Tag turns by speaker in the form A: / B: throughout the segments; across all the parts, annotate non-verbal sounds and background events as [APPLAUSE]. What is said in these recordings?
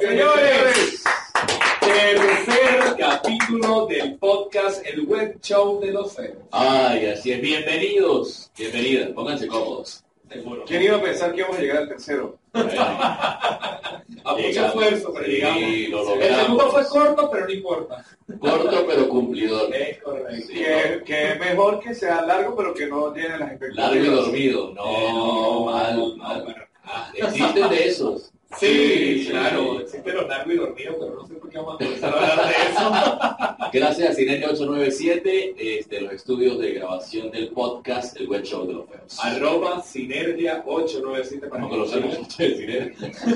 A: Señores, tercer capítulo del podcast El Web Show de los Feos.
B: Ay, así es. Bienvenidos. Bienvenidas. Pónganse cómodos.
A: Seguro.
C: ¿Quién iba a pensar que íbamos a llegar al tercero?
A: [LAUGHS] A mucho
B: Llegamos.
A: esfuerzo, pero
B: Sí,
A: llegamos.
B: lo
A: El
B: logramos.
A: segundo fue corto, pero no importa.
B: Corto pero cumplidor.
A: Es correcto.
B: Sí,
C: Que, que es mejor que sea largo, pero que no llene las expectativas.
B: Largo y dormido. No,
A: Eh, no,
B: mal,
A: no,
B: mal.
A: bueno.
B: Ah, Existen de esos.
A: Sí,
B: Sí,
A: claro,
B: sí.
A: existe lo largo y dormido, pero no sé por qué vamos a comenzar a hablar de [LAUGHS] eso.
B: Gracias a Cine 897, este, los estudios de grabación del podcast El Web Show de los Feos.
A: Arroba Sinergia 897 para
B: No
A: que lo
B: conocemos
A: sigan.
B: mucho de cine.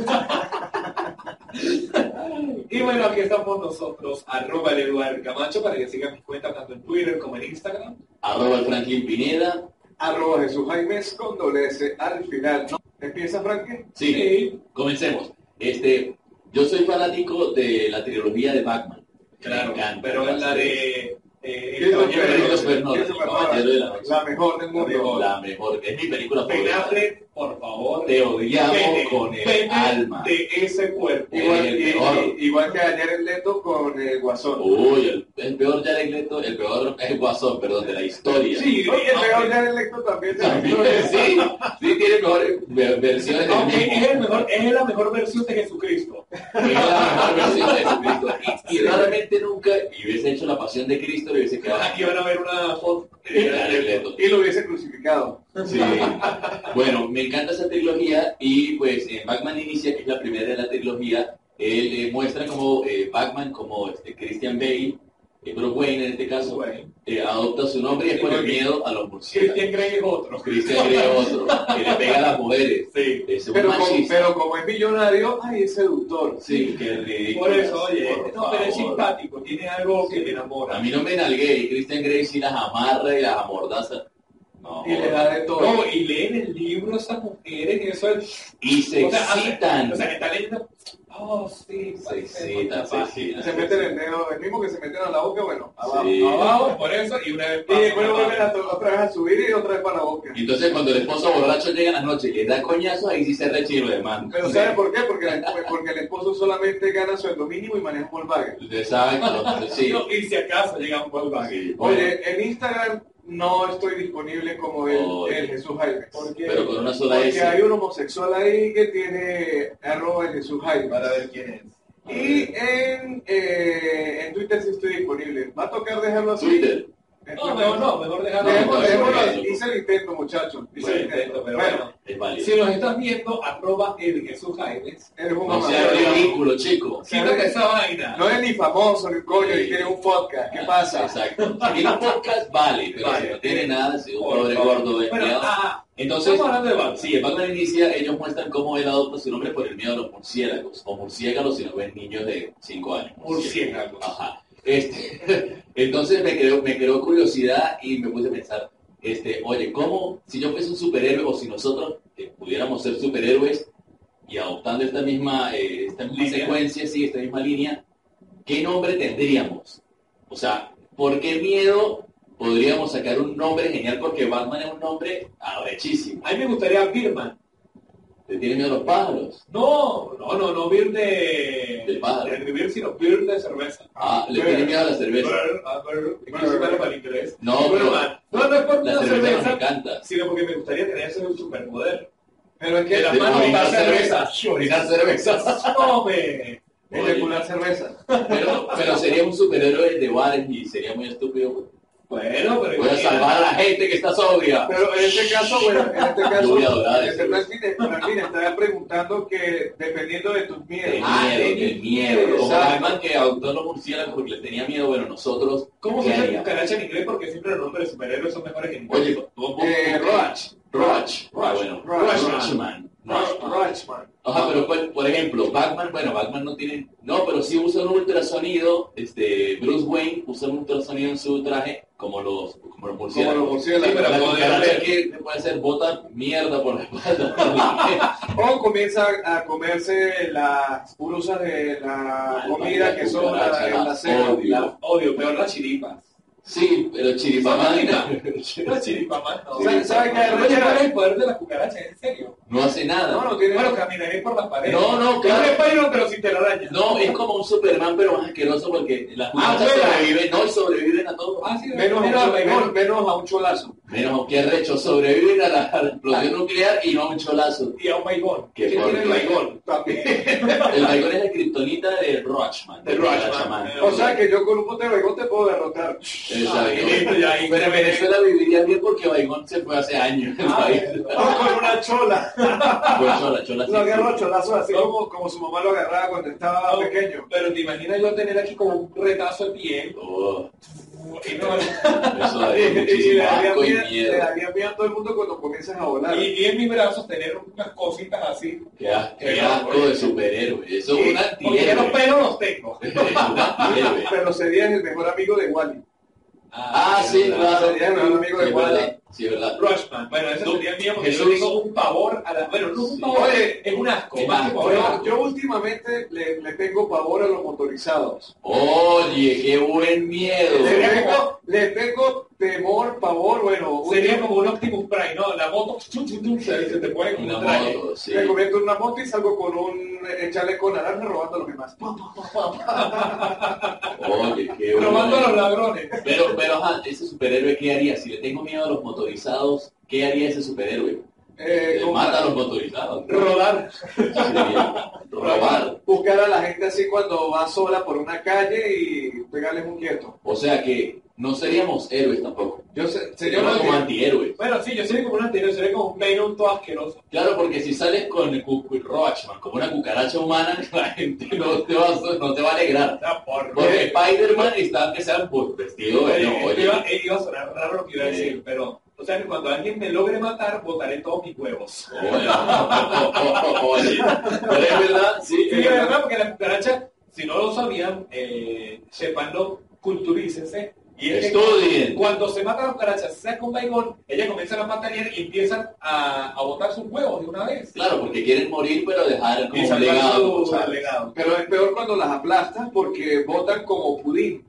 A: Y bueno, aquí estamos nosotros, arroba el Eduardo Camacho, para que sigan mis cuentas tanto en Twitter como en Instagram.
B: Arroba el Franklin Pineda.
C: Arroba Jesús Jaimes con doble S al final. ¿no? ¿Empieza, Frankie?
B: Sí,
A: Sí.
B: comencemos. Este, yo soy fanático de la trilogía de Batman.
A: Claro,
B: Me encanta.
A: pero en la de eh, El
B: Yo
A: Caballero de
B: creo que
A: la Noche.
B: fue pues, no, el Caballero de la Noche.
C: La mejor del mundo.
B: La mejor, es mi película
A: Ben
B: favorita.
A: Affleck, por favor,
B: Te odiamos
A: vete,
B: con el
A: vete
B: alma.
A: de ese cuerpo.
B: Eh,
C: Igual,
B: el
C: y-
B: mejor.
C: y- igual que ayer el Leto con el Guasón.
B: Uy, el, el peor Jared Leto, el peor es el Guasón, perdón, de la historia.
A: Sí,
C: Y el mejor Jared Leto también. se la hizo.
B: sí, sí, tiene mejores ve- versiones del
A: Aunque
B: mismo.
A: es, el mejor, es la mejor versión de Jesucristo.
B: Es la mejor versión de Jesucristo. Y, y raramente nunca hubiese hecho la pasión de Cristo y hubiese quedado
A: Aquí van a ver una foto de
B: de Jared Leto.
C: Y lo hubiese crucificado.
B: Sí. Bueno, me encanta esa trilogía y pues en Batman Inicia, que es la primera de la trilogía, él eh, muestra como eh, Batman, como este, Christian Bale, eh, Bruce Wayne en este caso,
A: Wayne.
B: eh, adopta su nombre y es por el miedo a los murciélagos.
A: Christian Grey es otro.
B: Christian Grey otro, que le pega a las mujeres.
A: Sí.
B: Es un
C: Pero como,
B: machista.
C: pero como es millonario, ay, es seductor.
B: Sí, que ridículo.
A: Por eso, oye,
B: Por
A: no, pero es
B: favor.
A: simpático, tiene algo que te
B: A
A: enamora.
B: mí no me enalgué y Christian Grey sí las amarra y las amordaza. No,
C: Y le da de todo.
A: No, y leen el libro esas mujeres y eso es...
B: y se
A: o sea, hace-
B: excitan.
A: O sea, que está leyendo... Oh, sí,
B: Se excitan, se excitan.
C: Se meten el dedo, el mismo que se meten a la boca, bueno, abajo.
B: Sí.
A: Abajo, por eso, y una vez
C: Y
A: pasa,
C: después vuelven
A: abajo.
C: a to- otra vez a subir y otra vez para la boca.
B: Entonces cuando el esposo borracho llega en la noche y le da coñazo, ahí sí se rechina lo demás.
C: Pero ¿sabe por qué? Porque, la- pues, porque el esposo solamente gana sueldo mínimo y maneja un Volkswagen.
B: Exacto, sí.
A: No, y si acaso llega un Volkswagen.
B: Sí, bueno,
C: Oye, en Instagram no estoy disponible como el,
B: Oye.
C: el Jesús Jaime.
A: ¿Por qué?
B: pero con una sola
C: Porque hay
B: S.
C: un homosexual ahí que tiene arroba el Jesús Jaime.
A: Para ver quién es.
C: Y en, eh, en Twitter sí estoy disponible. Va a tocar dejarlo así.
B: Twitter.
C: En
A: No,
C: Twitter
A: mejor no, mejor dejarlo.
B: No,
C: Dejémoslo-
B: no, eso
C: dejémoslo
B: no,
C: ahí.
B: eso no.
C: Hice el intento, muchachos. Hice
A: Bueno, intento, pero bueno.
B: Es válido.
A: Si nos estás viendo, arroba el Jesús Jaimes.
C: Eres un
B: no sea
C: amador.
B: ridículo, chico.
A: Quítate esa vaina.
C: No es ni famoso, ni coño,
B: Sí.
C: y tiene un podcast. ¿Qué pasa?
B: Exacto. Si tiene un podcast, vale, pero
A: Vale.
B: si no tiene nada, si es un
A: Por
B: pobre
A: favor.
B: gordo
A: Bueno,
B: desviado.
A: ah,
B: Entonces,
A: estamos hablando de Batman.
B: sí, en Batman inicia, ellos muestran cómo él adopta su nombre por el miedo a los murciélagos, o murciélagos si no es niños de 5 años.
A: Murciélagos.
B: Ajá. Este, [LAUGHS] entonces me creó, me creó curiosidad y me puse a pensar, este, oye, ¿cómo si yo fuese un superhéroe o si nosotros eh, pudiéramos ser superhéroes y adoptando esta misma, eh, esta misma
A: Línea.
B: secuencia, sí, esta misma línea, ¿qué nombre tendríamos? O sea, ¿por qué miedo podríamos sacar un nombre genial? Porque Batman es un nombre arrechísimo.
A: A mí me gustaría Birman.
B: ¿Te tiene miedo a los pájaros?
A: No, no, no, no Bird de...
B: Del pájaro.
A: De Bird, sino Bird de cerveza.
B: Ah, le tiene miedo a la cerveza.
A: Bird, ah, Bird. Incluso para el inglés.
B: No, pero-
A: Birdman. No, no es por
B: La
A: una
B: cerveza nos
A: cerveza,
B: encanta.
A: sino porque me gustaría tener ese superpoder.
C: Pero es que
A: De la
B: De
A: mano
B: orinar
A: está cerveza.
B: Orinar cerveza.
A: ¡Tome!
C: especular cerveza.
B: Pero, pero sería un superhéroe de bares y sería muy estúpido.
A: Bueno, pero...
B: Voy a salvar a la gente que está sobria.
C: Pero en este caso, bueno, en este
B: Yo
C: caso,
B: voy a adorar
C: este
B: eso.
C: Franklin, Franklin estaba preguntando que dependiendo de tus
B: El
C: miedos,
A: Ah,
B: miedo,
A: de
B: el miedo. Como
C: Exacto.
B: Batman que adoptó a los murciélagos porque les tenía miedo, bueno, nosotros.
A: ¿Cómo se
B: ¿qué
A: llama
B: haríamos?
A: cucaracha en inglés? Porque siempre los nombres de superhéroes son mejores que en inglés.
B: Oye, ¿cómo- cómo-
C: eh, Roach,
B: Roach. Ah, bueno.
C: Roach.
B: Roachman.
C: Roach,
B: Roachman.
C: Roachman.
B: Ajá, pero cuál- por ejemplo, Batman, bueno, Batman no tiene, no, pero sí usa un ultrasonido, este, Bruce Wayne usa un ultrasonido en su traje, como los, como los
C: como los
B: murciélagos.
A: Sí, pero-
C: murciélagos.
B: la
A: podría
B: cucaracha
A: ser.
B: aquí le puede hacer bota mierda por la espalda.
C: O comienza a comerse las brusas de [LAUGHS] la comida que son la- en la cena.
B: Odio.
A: La odio, peor las chiripas.
B: Sí, pero chiripamán.
A: Las chiripamas no.
C: ¿Sabes
A: ¿Sabes
C: qué
A: cuál
C: arrechera?
A: es el poder de la cucaracha? ¿En serio?
B: no hace nada.
C: No, no tiene. Bueno, caminaré por las paredes.
B: No, no, claro.
C: Es Spider-Man, pero sin telaraña.
B: No, es como un Superman, pero más asqueroso porque las cucarachas
C: Ah, fuera.
B: sobreviven, no, y sobreviven a todo.
C: Ah, sí, menos, menos, a- menos, menos a un cholazo.
B: Menos que recho, sobreviven a la, a la explosión nuclear y no a un cholazo.
C: Y a un maigón.
B: Qué
C: ¿Qué tiene el
B: porquería.
C: maigón? [LAUGHS] También.
B: El mayor es la kriptonita de Roachman.
C: El Rashman. O sea que yo con un bote de maigón te puedo derrotar.
B: Exacto.
C: Ay, listo, ya, ahí.
B: Pero en Venezuela viviría bien porque Baigón se fue hace años del país.
C: O con una chola.
B: Por eso la chola sí.
C: Lo agarro a cholazos así como, como su mamá lo agarraba cuando estaba
A: No,
C: pequeño.
A: Pero te imaginas yo tener aquí como un retazo de piel.
B: Oh,
A: Y, no-
B: eso
C: [LAUGHS]
B: daría
C: Y, y le
B: muchísimo
C: daría
B: asco y
C: miedo- le
B: miedo.
C: daría miedo a todo el mundo cuando comienzas a volar.
A: y- y en mis brazos tener unas cositas así.
B: Qué asco, qué
A: Qué
B: asco
A: asco.
B: de superhéroe. Eso es
C: Sí,
B: un
A: Porque ya los
B: antihéroe.
A: pelos los tengo.
B: Es un antihéroe.
C: Pero serías el mejor amigo de Wally.
B: Ah, sí, claro.
C: Sería el mejor amigo de
B: Sí,
C: Wally.
B: verdad. Sí, verdad.
A: Rushman. Bueno, ese sería el mío porque yo
B: Jesús.
A: le tengo un pavor a la... Bueno, no un
B: Sí.
A: pavor,
C: Oye,
A: es un asco.
B: qué
A: más que
B: asco.
A: pavor.
C: Yo, yo últimamente le, le tengo pavor a los motorizados.
B: Oye, qué buen miedo.
C: Le
A: Sería
C: tengo, le tengo temor, pavor, bueno, un-
A: Sería como un Optimus Prime, ¿no? La moto chum, chum, chum, se, se te puede
B: Una
A: encontrar.
B: moto, sí.
C: me convierto en una moto y salgo con un eh, chaleco naranja robando a los demás.
B: Oye, qué buen
A: Robando a los ladrones.
B: Pero, pero, ajá, ese superhéroe, ¿qué haría? Si le tengo miedo a los motorizados, ¿qué haría ese superhéroe?
C: Eh,
B: Le
C: como-
B: mata a los motorizados.
C: rodar,
B: Sería robar.
C: buscar a la gente así cuando va sola por una calle y pegarles un quieto.
B: O sea que no seríamos héroes tampoco.
C: Yo sé, sería
B: Seríamos como
C: una-
B: antihéroes.
A: Bueno, sí, yo sería como un anterior, sería como un Venom todo asqueroso.
B: Claro, porque si sales con el cu- cu- Roachman, como una cucaracha humana, la gente no te va a, no te va a alegrar.
A: Ah, por
B: Porque Spider-Man está que sea pues, vestido de no,
A: Oye,
B: oye.
A: iba, iba a sonar raro lo que iba a
B: Sí.
A: decir, pero, o sea, que cuando alguien me logre matar, botaré todos mis huevos.
B: Oye, oye. Pero es verdad, sí.
A: Sí,
B: es
A: es verdad, porque la cucaracha, si no lo sabían, eh, sepanlo, culturícense. Y es que
B: Estudien.
A: cuando se mata la cucaracha, se saca un baigón, ellas comienzan a matar y empiezan a, a botar sus huevos de una vez.
B: Claro, porque quieren morir, pero dejar
A: Y
B: como un
A: salvar
B: legado.
A: su
B: ¿sabes?
A: legado.
C: Pero es peor cuando las aplastas porque botan como pudín.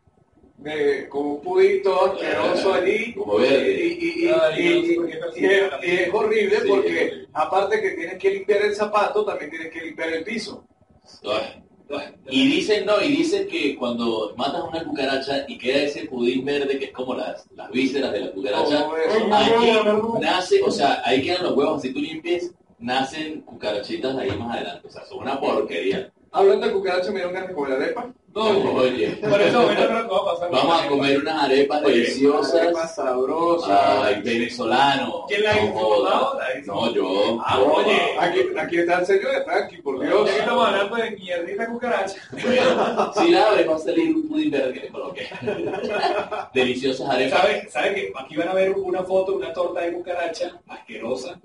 C: Eh, como un pudín todo asqueroso allí.
B: Como verde.
C: Y, y- y- y-
A: Ay, yo no sé
C: y-
A: por qué persigo
C: y es,
A: la
C: y es horrible
B: Sí,
C: porque
B: es horrible.
C: aparte que tienes que limpiar el zapato, también tienes que limpiar el piso.
B: Ay, ay. Y dicen, no, y dicen que cuando matas una cucaracha y queda ese pudín verde que es como las, las vísceras de la cucaracha,
C: Como eso.
B: aquí nace, o sea, ahí quedan los huevos, si tú limpias, nacen cucarachitas ahí más adelante. O sea, son una porquería.
C: Hablando de cucaracha, me dieron ganas de comer arepa.
B: Oye,
A: Por eso, bueno, creo que va a pasar.
B: vamos a comer unas arepas
C: Oye, Arepa
B: deliciosas.
C: sabrosa.
B: Ay, venezolano.
A: ¿Quién la
B: No
A: hizo?
B: jodas.
A: ¿La hizo?
B: No, yo.
A: Ah,
B: Yo.
A: oye.
C: Aquí, aquí está el sello de Frankie, por
A: Yo
C: Dios.
A: aquí estamos hablando de mierdita cucaracha.
B: Bueno, [LAUGHS] si la abres va a salir un pudín verde que le coloqué. Deliciosas arepas.
A: ¿Sabes sabe que aquí van a ver una foto, una torta de cucaracha asquerosa?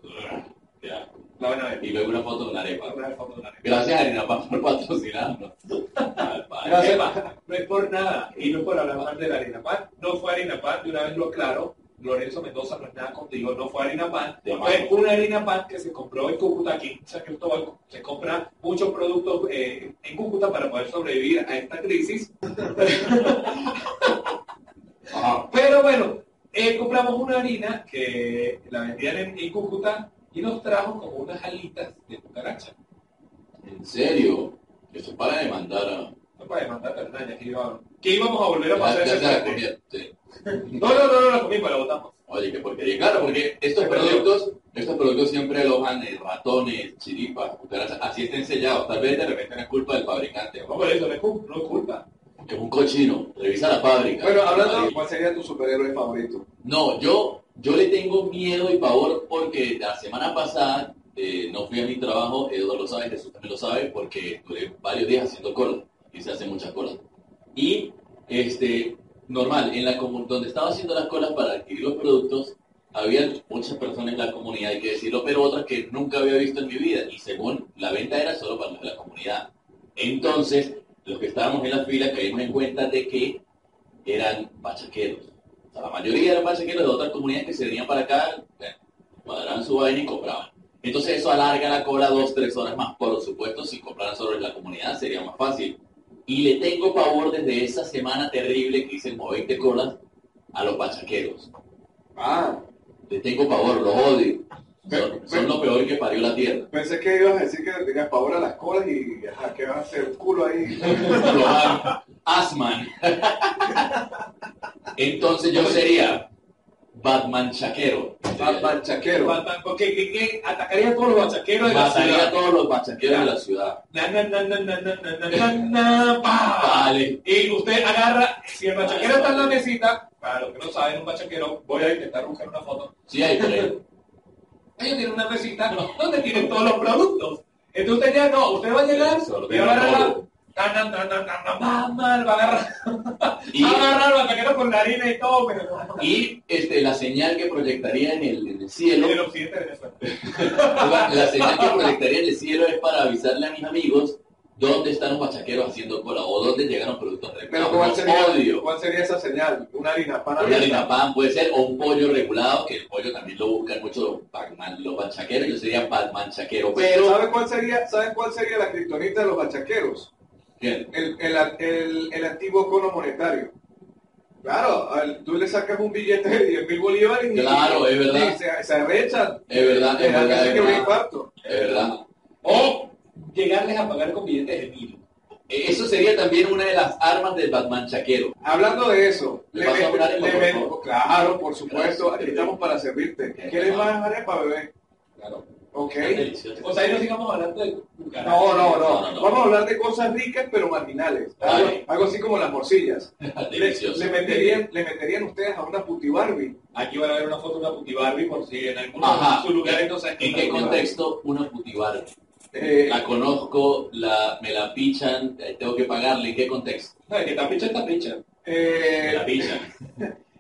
B: Ya.
A: La van a ver.
B: Y luego una foto de una
A: Van
B: arepa.
A: a ver foto de la arepa.
B: Gracias, Arena Paz, por patrocinarnos. Al padre.
C: Gracias.
A: Epa, no es por nada, y no es por hablar más de la harina pan, no fue harina pan, de una vez lo aclaro, Lorenzo Mendoza no es nada contigo, no fue harina pan,
B: Te
A: fue
B: amamos.
A: una harina pan que se compró en Cúcuta, aquí en San Cristóbal, se compra muchos productos eh, en Cúcuta para poder sobrevivir a esta crisis,
B: Ajá.
A: pero bueno, eh, compramos una harina que la vendían en, en Cúcuta y nos trajo como unas alitas de cucaracha,
B: En serio, que se para de mandar a...
A: no para demandar Fernández, que, iba- que íbamos a volver a pasar
B: Ya, ya
A: ese
B: se la
A: frente.
B: comía. Sí.
A: No, no, no, no la comimos, la botamos.
B: Oye, qué porquería. Claro, porque estos
A: Se perdió.
B: productos, estos productos siempre alojan eh, ratones, chiripas, cucarachas. Así estén sellados. Tal vez de repente no es culpa del fabricante.
A: No, por eso no es cul- no es culpa.
B: Es un cochino. Revisa la fábrica.
C: Bueno, hablando,
B: Ahí.
C: ¿cuál sería tu superhéroe favorito?
B: No, yo, yo le tengo miedo y pavor porque la semana pasada eh, no fui a mi trabajo, Eduardo lo sabe, Jesús también lo sabe, porque duré varios días haciendo cola, y se hacen muchas colas. Y, este, normal, en la comu- donde estaba haciendo las colas para adquirir los productos, había muchas personas en la comunidad, hay que decirlo, pero otras que nunca había visto en mi vida, y según la venta era solo para los de la comunidad. Entonces, los que estábamos en la fila caímos en cuenta de que eran bachaqueros. O sea, la mayoría eran bachaqueros de otras comunidades que se venían para acá, bueno, cuadraban su vaina y compraban. Entonces eso alarga la cola dos, tres horas más. Por supuesto, si compraran solo en la comunidad sería más fácil. Y le tengo pavor desde esa semana terrible que hice como 20 colas a los bachaqueros.
C: Ah,
B: Le tengo pavor, los odio. Son, son lo peor que parió la tierra.
C: Pensé que ibas a decir que tengas pavor a las colas y ajá, que vas a hacer un culo ahí.
B: Asman. [LAUGHS] Entonces yo sería Batman Chaquero.
C: Batman Chaquero.
A: Batman, porque que- que atacaría a todos los bachaqueros de la
B: Mataría a
A: ciudad.
B: todos los machaqueros de la ciudad.
A: Na, na, na, na, na, na, na, na, na, pa.
B: Vale.
A: Y usted agarra, si el bachaquero está en la mesita, para los que no saben, un bachaquero, voy a intentar buscar una foto.
B: Sí, hay por ahí.
A: Ellos tienen una mesita [LAUGHS] donde tienen todos los productos. Entonces usted ya no, usted va a llegar
B: Eso,
A: y va a agarrar
B: todo.
A: la... Tan, tan, tan, tan, tan, tan, tan, mal, va a agarrar,
B: Y-
A: va a agarrar el bachaquero con la harina y todo, pero
B: Y este, la señal que proyectaría en el, en el cielo,
A: el occidente este de Venezuela.
B: la señal que proyectaría en el cielo es para avisarle a mis amigos dónde están los machaqueros haciendo cola o dónde llegaron productos de
C: Pero
B: Los
C: ¿cuál sería,
B: odio.
C: ¿cuál sería esa señal? Una harina para
B: Una harina pan puede ser, o un pollo regulado, que el pollo también lo buscan mucho los Batman, los banchaqueros, yo sería Batman chaquero, pues. pero...
C: ¿Sabes cuál sería, ¿sabes cuál sería la criptonita de los bachaqueros?
B: ¿Quién?
C: El, el, el, el antiguo cono monetario. Claro, al- tú le sacas un billete de 10 mil bolívares y,
B: Claro, es verdad.
C: y se, se arrechan.
B: Es verdad, es
C: Dejan
B: verdad,
C: casi
B: es
C: que un
B: verdad.
C: infarto.
B: Es verdad.
A: O llegarles a pagar con billetes de mil.
B: Eh, Eso sería también una de las armas del Batman chaquero.
C: Hablando de eso,
B: ¿Le vas a
C: meten-
B: dar arepa,
C: le
B: por
C: meten-
B: favor?
C: claro, por supuesto,
B: Gracias,
C: aquí
B: bebé.
C: estamos para servirte.
B: Bien,
C: ¿Quieres
B: mamá.
C: más arepa, bebé?
A: Claro.
C: Ok.
B: Tan delicioso.
A: O sea, ahí no sigamos hablando de cucarachas.
C: No, no,
B: No,
C: no,
B: no, no.
C: Vamos a hablar de cosas ricas pero marginales. Algo,
B: Vale.
C: algo así como las morcillas. Le,
B: Delicioso.
C: le meterían, le meterían ustedes a una puti Barbie.
A: Aquí van a ver una foto de una puti Barbie por si en algún
B: Ajá.
A: su lugar entonces
B: ¿En qué contexto una putibar?
C: Eh,
B: La conozco, la, me la pichan, eh, tengo que pagarle. ¿En qué contexto?
A: No, es que está picha, está picha.
B: Me
C: eh,
B: la pichan.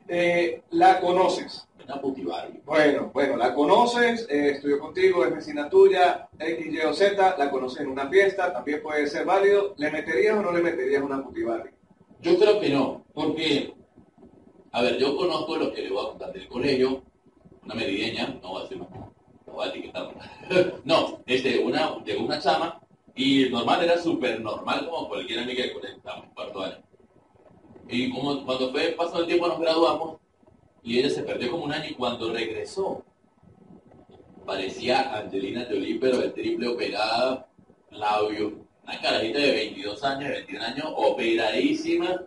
C: eh, la conoces.
B: Una putibar.
C: Bueno, bueno, la conoces, eh, estudió contigo, es vecina tuya, X, Y o Z, la conoces en una fiesta, también puede ser válido. ¿Le meterías o no le meterías una puti Barbie?
B: Yo creo que no, porque, a ver, yo conozco lo que le voy a contar del colegio, una merideña, no voy a decir más, no voy a etiquetar. [LAUGHS] no, este, una, llegó una chama y normal, era súper normal como cualquier amiga del colegio, estábamos en cuarto año. Y como cuando fue pasando el tiempo nos graduamos y ella se perdió como un año y cuando regresó, parecía Angelina Jolie, pero de triple operada, labio. Una carajita de 22 años, de 21 años, operadísima,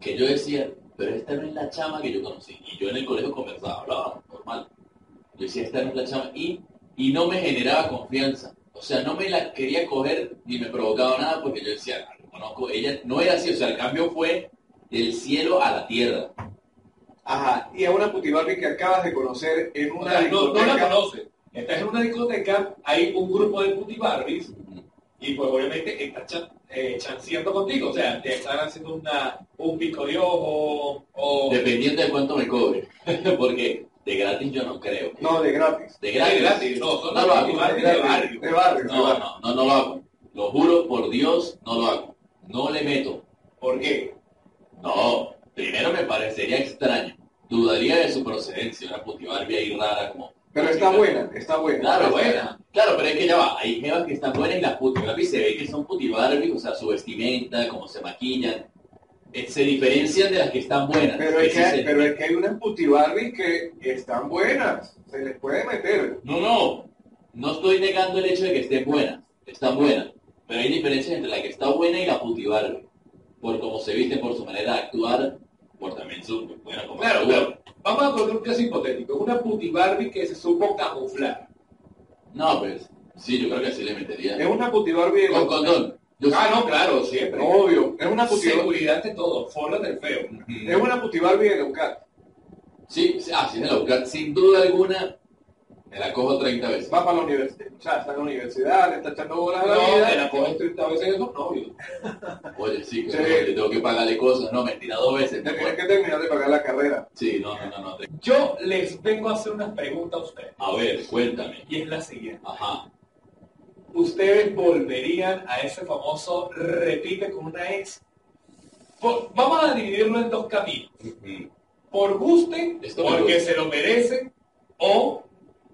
B: que yo decía, pero esta no es la chama que yo conocí. Y yo en el colegio conversaba, hablaba, normal. Yo decía, esta no es la chama. Y, y no me generaba confianza. O sea, no me la quería coger ni me provocaba nada porque yo decía, "Ah, la conozco, ella no era así. O sea, el cambio fue del cielo a la tierra.
C: Ajá, y a una puti Barbie que acabas de conocer en
A: O
C: una
A: sea, no, no
C: discoteca.
A: la conoce. Estás en una discoteca, hay un grupo de puti Barbies y pues obviamente están chan- eh, chanceando contigo. O sea, te están haciendo una, un pico de ojo o...
B: Dependiendo de cuánto me cobre. [LAUGHS] porque de gratis yo no creo.
C: No, de gratis.
B: De
A: Ay,
B: gratis.
A: gratis, no, son
B: No
A: las
B: lo hago,
A: puti
B: de
A: Barbies de
C: gratis,
A: barrio.
C: De barrio, de
B: No,
C: barrio.
B: no, no, no lo hago. Lo juro por Dios, no lo hago. No le meto.
A: ¿Por qué?
B: No, primero me parecería extraño. Dudaría de su procedencia, una putibarbia ahí rara como...
C: Pero está buena, está buena.
B: Claro,
C: Está
B: buena. Claro, pero es que ya va. Hay jevas que están buenas y las putibarbies se ve que son putibarbies, o sea, su vestimenta, cómo se maquillan. eh, Se diferencian de las que están buenas.
C: Pero es,
B: Ese
C: que,
B: el-
C: pero es que hay unas puti Barbies que están buenas, se les puede meter.
B: No, no. No estoy negando el hecho de que estén buenas. Están buenas. Pero hay diferencias entre la que está buena y la putibarbe. Por cómo se viste, por su manera de actuar, por también su buena como
A: Claro,
B: actúa.
A: claro. Vamos a poner un caso hipotético. Una puti Barbie que se supo camuflar.
B: No, pues, sí, yo creo que así le metería.
C: Es una puti Barbie de
B: Con
C: la-
B: condón. Yo
A: Ah, no, claro, siempre.
C: Obvio, es una puti
A: Seguridad de todo, forra del feo.
C: Es una puti Barbie de Leucat.
B: Sí, sí, ah, sí, me la busca. Sin duda alguna, me la cojo 30 veces.
C: Va para la universidad, ya está en la universidad, le está echando bolas a la
A: No,
C: vida.
A: te la coges 30 veces en esos novios.
B: Oye, sí, que
C: Sí.
B: le tengo que pagarle cosas. No, mentira, dos veces.
C: Te
B: me
C: tienes
B: acuerdo.
C: que terminar de pagar la carrera.
B: Sí, no, no, no, no. tre-
A: Yo les vengo a hacer una pregunta a ustedes.
B: A ver, cuéntame.
A: Y es la siguiente.
B: Ajá.
A: ¿Ustedes volverían a ese famoso repite con una ex? Por- vamos a dividirlo en dos caminos. Por gusto,
B: Esto me
A: porque
B: gusta.
A: se lo merece, o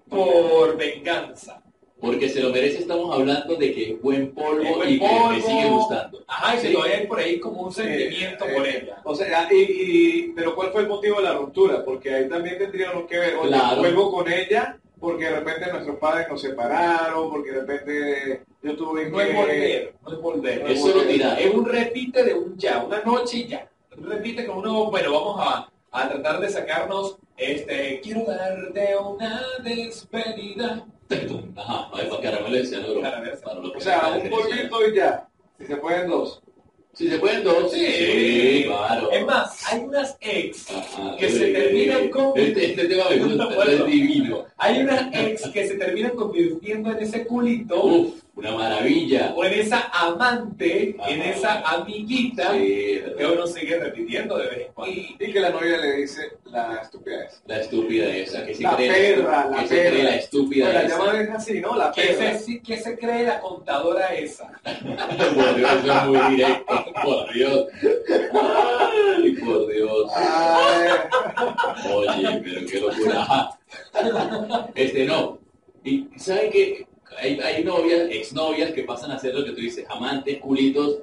A: por venganza.
B: Porque se lo merece, estamos hablando de que es buen polvo
A: Es buen
B: y que me
A: polvo.
B: sigue gustando.
A: Ajá, y se
B: Sí.
A: lo hay por ahí como un sentimiento
C: Eh, eh,
A: por ella.
C: O sea, y, y- pero ¿cuál fue el motivo de la ruptura? Porque ahí también tendríamos que ver, oye,
B: Claro.
C: vuelvo con ella porque de repente nuestros padres nos separaron, porque de repente yo tuve que...
A: No es volver, no es volver.
B: Es
A: no es,
B: solo
A: volver.
B: tirar.
A: Es un repite de un ya, una noche y ya. Repite con uno, bueno, vamos a, a tratar de sacarnos, este, quiero darte una despedida.
B: Ajá, no es para caramelo de cianuro.
A: Caramelo.
B: Para lo que
C: O sea,
B: sea,
C: un
B: de cianuro.
C: polvito y ya. Si se pueden dos.
B: Si se pueden dos.
A: Sí.
B: claro. Ah,
A: Es más, hay unas ex
B: Ajá,
A: que
B: sí.
A: se terminan con...
B: Este, este tema me gusta,
A: [LAUGHS] Bueno.
B: es divino.
A: Hay unas ex que se terminan convirtiendo en ese culito
B: Uf, una maravilla.
A: o en esa amante,
B: Ajá.
A: en esa amiguita
B: Sí,
A: que uno sigue repitiendo de vez en cuando.
C: Y, y que la novia le dice la estupidez.
B: la estúpida esa, que se
C: La
B: cree
C: perra, la
B: que se cree
C: perra.
B: la estúpida
C: Pues la
B: esa.
C: llaman es así, ¿no? La
A: ¿Qué
C: perra.
A: se, qué se cree la contadora esa?
B: [LAUGHS] Por Dios, eso es muy directo. Por Dios.
A: [LAUGHS]
B: Ay, por Dios.
C: Ay,
B: Oye, pero qué locura. Ajá. Este no. Y saben que hay, hay novias, exnovias que pasan a ser lo que tú dices, amantes, culitos.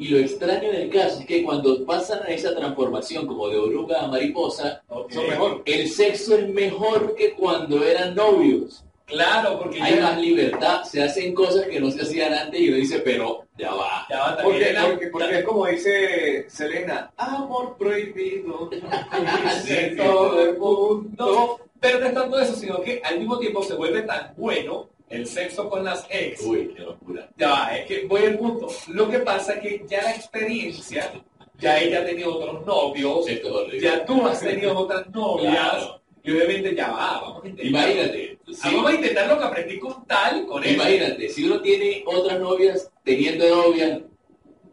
B: Y lo extraño del caso es que cuando pasan a esa transformación como de oruga a mariposa,
C: Son mejor.
B: el sexo es mejor que cuando eran novios.
A: Claro, porque
B: Hay
A: ya-
B: más libertad, se hacen cosas que no se hacían antes y uno dice, pero ya va.
A: ya va también
C: porque,
A: la-
C: porque, porque es como dice Selena, amor prohibido.
A: de todo el mundo. Pero no es tanto eso, sino que al mismo tiempo se vuelve tan bueno el sexo con las ex.
B: Uy, qué locura.
A: Ya va, es que voy al punto. Lo que pasa es que ya la experiencia, ya ella ha tenido otros novios,
B: Esto es horrible.
A: ya tú has tenido otras novias,
B: Claro.
A: y obviamente ya va, vamos a intentar.
B: Imagínate.
A: Ah,
B: si-
A: Vamos a intentar lo que aprendí con tal, con él.
B: Imagínate, si uno tiene otras novias teniendo novias,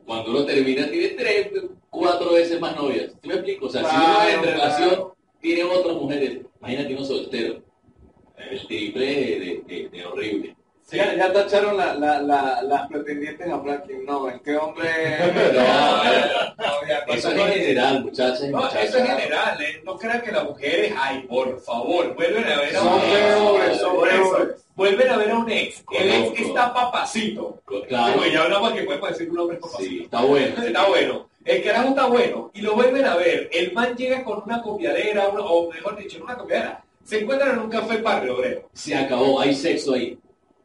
B: cuando uno termina tiene tres, cuatro veces más novias. ¿Sí me explico? O sea, si uno
C: Claro,
B: en relación
C: claro.
B: tiene otras mujeres, imagínate uno soltero. El triple de, de- de- de horrible.
C: Ya, ya tacharon la, la, la, las pretendientes a Franklin. No, este
A: [LAUGHS]
C: hombre.
B: No,
A: Ya,
B: Eso es
A: no
B: en
A: es-
B: general, muchachas y
A: No,
B: muchachos.
A: eso es general, ¿eh? no crean que las mujeres, ay, por favor, vuelven a ver a
C: Son
A: un ex.
C: peores, son
A: Por eso,
C: peores.
A: Vuelven a ver a un ex. El ex
B: Conozco. Pues
A: está papacito.
B: Claro,
A: Digo, ya hablamos que puede parecer que un hombre es papacito.
B: sí, está bueno.
A: Está bueno. El carajo está bueno. Y lo vuelven a ver. El man llega con una copiadera, una- o mejor dicho, no una copiadera. Se encuentran en un café barrio obrero.
B: Se acabó, hay sexo ahí.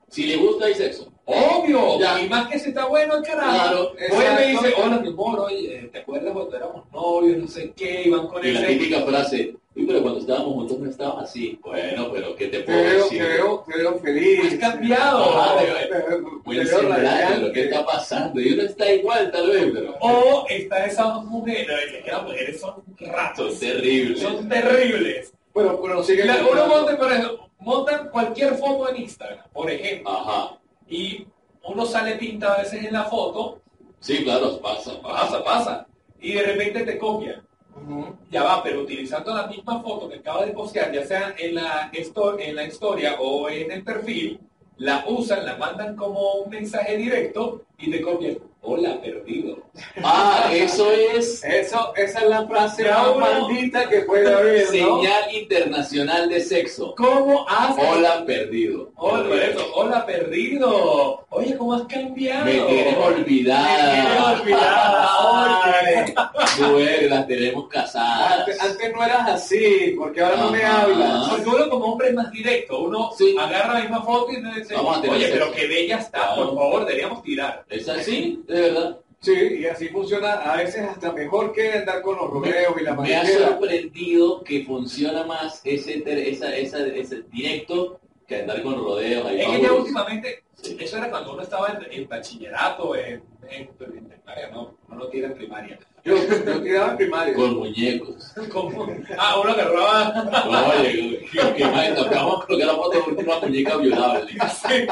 B: Si le gusta, hay sexo.
A: Obvio.
B: Ya.
A: Y más que si está bueno el carajo.
B: Claro,
A: Vuelve y
C: exacto.
A: dice, hola mi amor, oye, eh, ¿te acuerdas cuando éramos novios? No sé qué, iban con
B: Y la
A: ese.
B: típica frase, uy, pero cuando estábamos juntos no estabas así. Bueno, pero ¿qué te
C: Te
B: puedo
C: veo, te
B: decir?
C: veo, te veo
A: Has
C: feliz.
A: cambiado.
B: Ajá,
C: Te
B: te
C: veo- te
B: Buen
C: veo
B: semblante, ¿eh? lo que
C: radiante.
B: está pasando. Y uno está igual, tal vez, pero...
A: O está esa mujer, es que las mujeres son ratos,
B: Son terribles.
A: son terribles.
C: Bueno, pero sigue.
A: La- uno
C: comprando.
A: monta, por ejemplo, montan cualquier foto en Instagram, por ejemplo,
B: Ajá.
A: y uno sale pinta a veces en la foto,
B: Sí, claro, pasa, pasa.
A: pasa, pasa, y de repente te copian.
C: Ujú.
A: Ya va, pero utilizando la misma foto que acaba de postear, ya sea en la, esto- en la historia o en el perfil, la usan, la mandan como un mensaje directo y te copian. Hola, perdido.
B: Ah, eso es
C: Eso, esa es la frase
A: Ya
C: más
A: uno-
C: maldita que puede haber, ¿no?
B: señal internacional de sexo.
A: ¿Cómo haces?
B: Hola, perdido.
A: Hola, Lorenzo. hola perdido. Oye, ¿cómo has cambiado?
B: Me tienes
A: Me tienes
B: olvidada.
A: olvidada.
C: Ay,
B: Mujer, las tenemos casadas.
C: antes, antes no eras así, porque ahora no me
B: Ajá.
C: hablas.
A: Porque uno como hombre es más directo. Uno
B: Sí.
A: agarra la misma foto y le dice,
B: Vamos a tener
A: oye,
B: sexo".
A: pero que bella está, por
B: Claro.
A: favor, deberíamos tirar.
B: ¿Es así? ¿De verdad?
C: Sí, y así funciona a veces hasta mejor que andar con los rodeos y la
B: Me ha
C: manera.
B: sorprendido que funciona más ese, ter- esa, esa- ese directo que andar con rodeos. ahí
A: Es que ya
B: vámonos.
A: últimamente,
B: Sí.
A: eso era cuando uno estaba en, en bachillerato, en, en- en primaria, no, uno no tira en primaria. [LAUGHS]
C: Yo, yo tiraba en primaria.
B: Con muñecos.
A: ¿Cómo? Ah, uno agarraba
B: Oye, que- que más acabamos de colocar la foto de una muñeca violable.
A: Sí.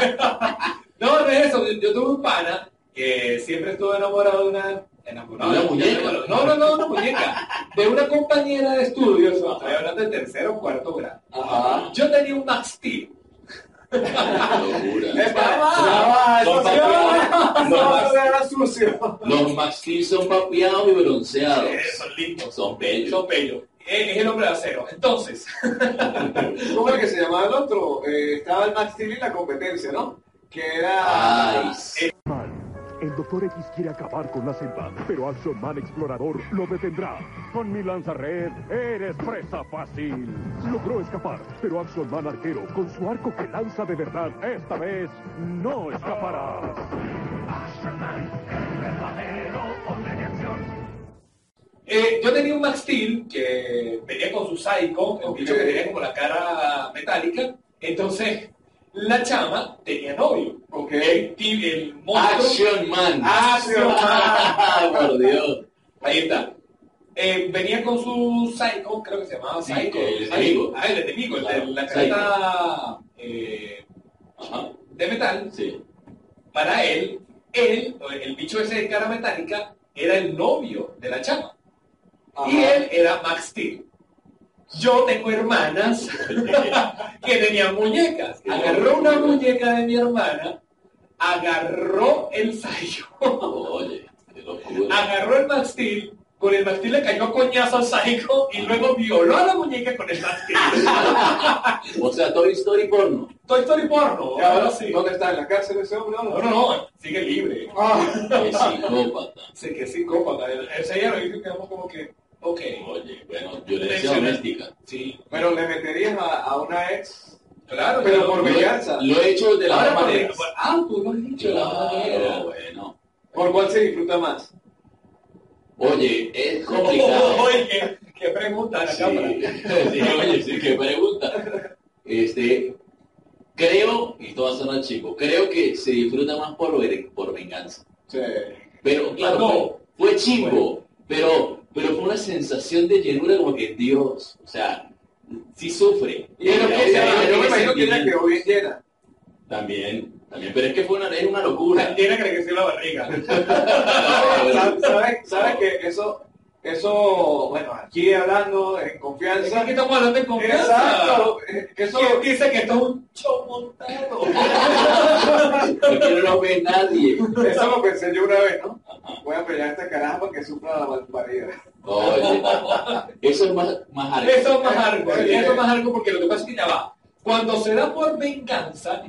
A: No, no es eso. Yo, yo tuve un pana que siempre estuvo enamorado de una... Enamorado
B: ¿De una muñeca?
A: No, no, no, una muñeca. De una compañera de estudios. Estoy hablando de tercero o cuarto grado.
B: Ajá.
A: Yo tenía un Max Steel.
B: Locura.
C: ¡Epa!
A: Ya
C: ¡Ya va!
A: va.
B: Los
C: ¡Eso sí va!
B: papeles. Los
C: ¡Eso se hará sucio!
B: Los maxil son papeados y bronceados.
A: Eh, son lindos.
B: Son bellos.
A: Son bellos. Eh, Es el hombre de acero. Entonces,
C: ¿Cómo era que se llamaba el otro? Eh, estaba el Max Steel y la competencia, ¿no? Que era...
B: Ay,
D: El Doctor X quiere acabar con la selva, pero Action Man Explorador lo detendrá. Con mi lanzarred, eres presa fácil. Logró escapar, pero Action Man Arquero, con su arco que lanza de verdad, esta vez no escapará.
A: Eh, yo tenía un Max Steel que venía con su Psycho, el bicho que tenía como la cara metálica. Entonces, la chama tenía novio.
C: Ok.
A: El, ti- el
B: Ah,
A: monstruo.
B: Action Man.
A: Action Man.
B: [LAUGHS] Por Dios.
A: Ahí está. Eh, venía con su Psycho, creo que se llamaba
B: Sí,
A: Psycho.
B: el
A: Psycho.
B: enemigo.
A: Ah, el enemigo, el de
B: Claro,
A: la
B: Psycho.
A: careta eh,
B: Ajá.
A: de metal.
B: Sí.
A: Para él, él, el bicho ese de cara metálica, era el novio de la chama.
C: Ajá.
A: Y él era Max Steel. Yo tengo hermanas [LAUGHS] que tenían muñecas. Agarró una muñeca de mi hermana, agarró el Psycho,
B: Oye, qué locura.
A: agarró el Max Steel, con el Max Steel le cayó coñazo al Psycho y luego violó a la muñeca con el Max Steel.
B: O sea, Toy Story porno.
A: Toy Story porno,
C: Y ahora
A: ahora sí. No,
C: ¿Dónde está? ¿En la cárcel ese hombre? ahora?
A: no, no, sigue libre.
C: Ah.
B: Qué psicópata.
A: Sé que psicópata. Ese día lo hizo y quedamos como que, ok.
B: Oye, bueno, violencia doméstica.
A: Sí,
C: Pero le meterías a, a una ex.
A: claro.
C: Pero
A: claro.
C: por
B: Lo he-
C: venganza.
B: Lo he hecho de la
A: Ahora
B: dos
A: por-
B: maneras.
A: Ah, tú lo has dicho. de la otra manera.
B: Claro, bueno.
C: ¿Por cuál se disfruta más?
B: Oye, es complicado.
A: Oye, qué pregunta la
B: Sí,
A: cámara.
B: sí, oye, sí, qué pregunta. Este, creo, y esto va a sonar chico, creo que se disfruta más por, ver- por venganza.
C: Sí.
B: Pero, claro,
A: No.
B: fue, fue chimbo, pero, pero fue una sensación de llenura como que, Dios, o sea, sí sufre.
C: Y es lo
B: Ahora
C: que se
B: tiene
C: Yo me imagino que ella
B: sentimiento.
C: quedó bien llena.
B: También, también, pero es que fue una, es una locura.
A: Tiene que crecer
C: [LAUGHS]
A: la barriga.
C: ¿Sabes sabes que eso, eso, bueno, aquí hablando en
A: Es
C: confianza.
A: que estamos hablando de confianza.
C: Exacto. eh, que Eso,
A: ¿Quién dice que esto es un show montado?
B: Porque no lo ve nadie.
C: eso lo pensé yo una vez, ¿no? Voy a pelear a esta caraja para que sufra la barbaridad.
B: Oye, eso es más, más arco.
A: Eso es más algo.
C: Sí.
A: Eso es más algo porque lo que pasa es que ya va. Cuando se da por venganza,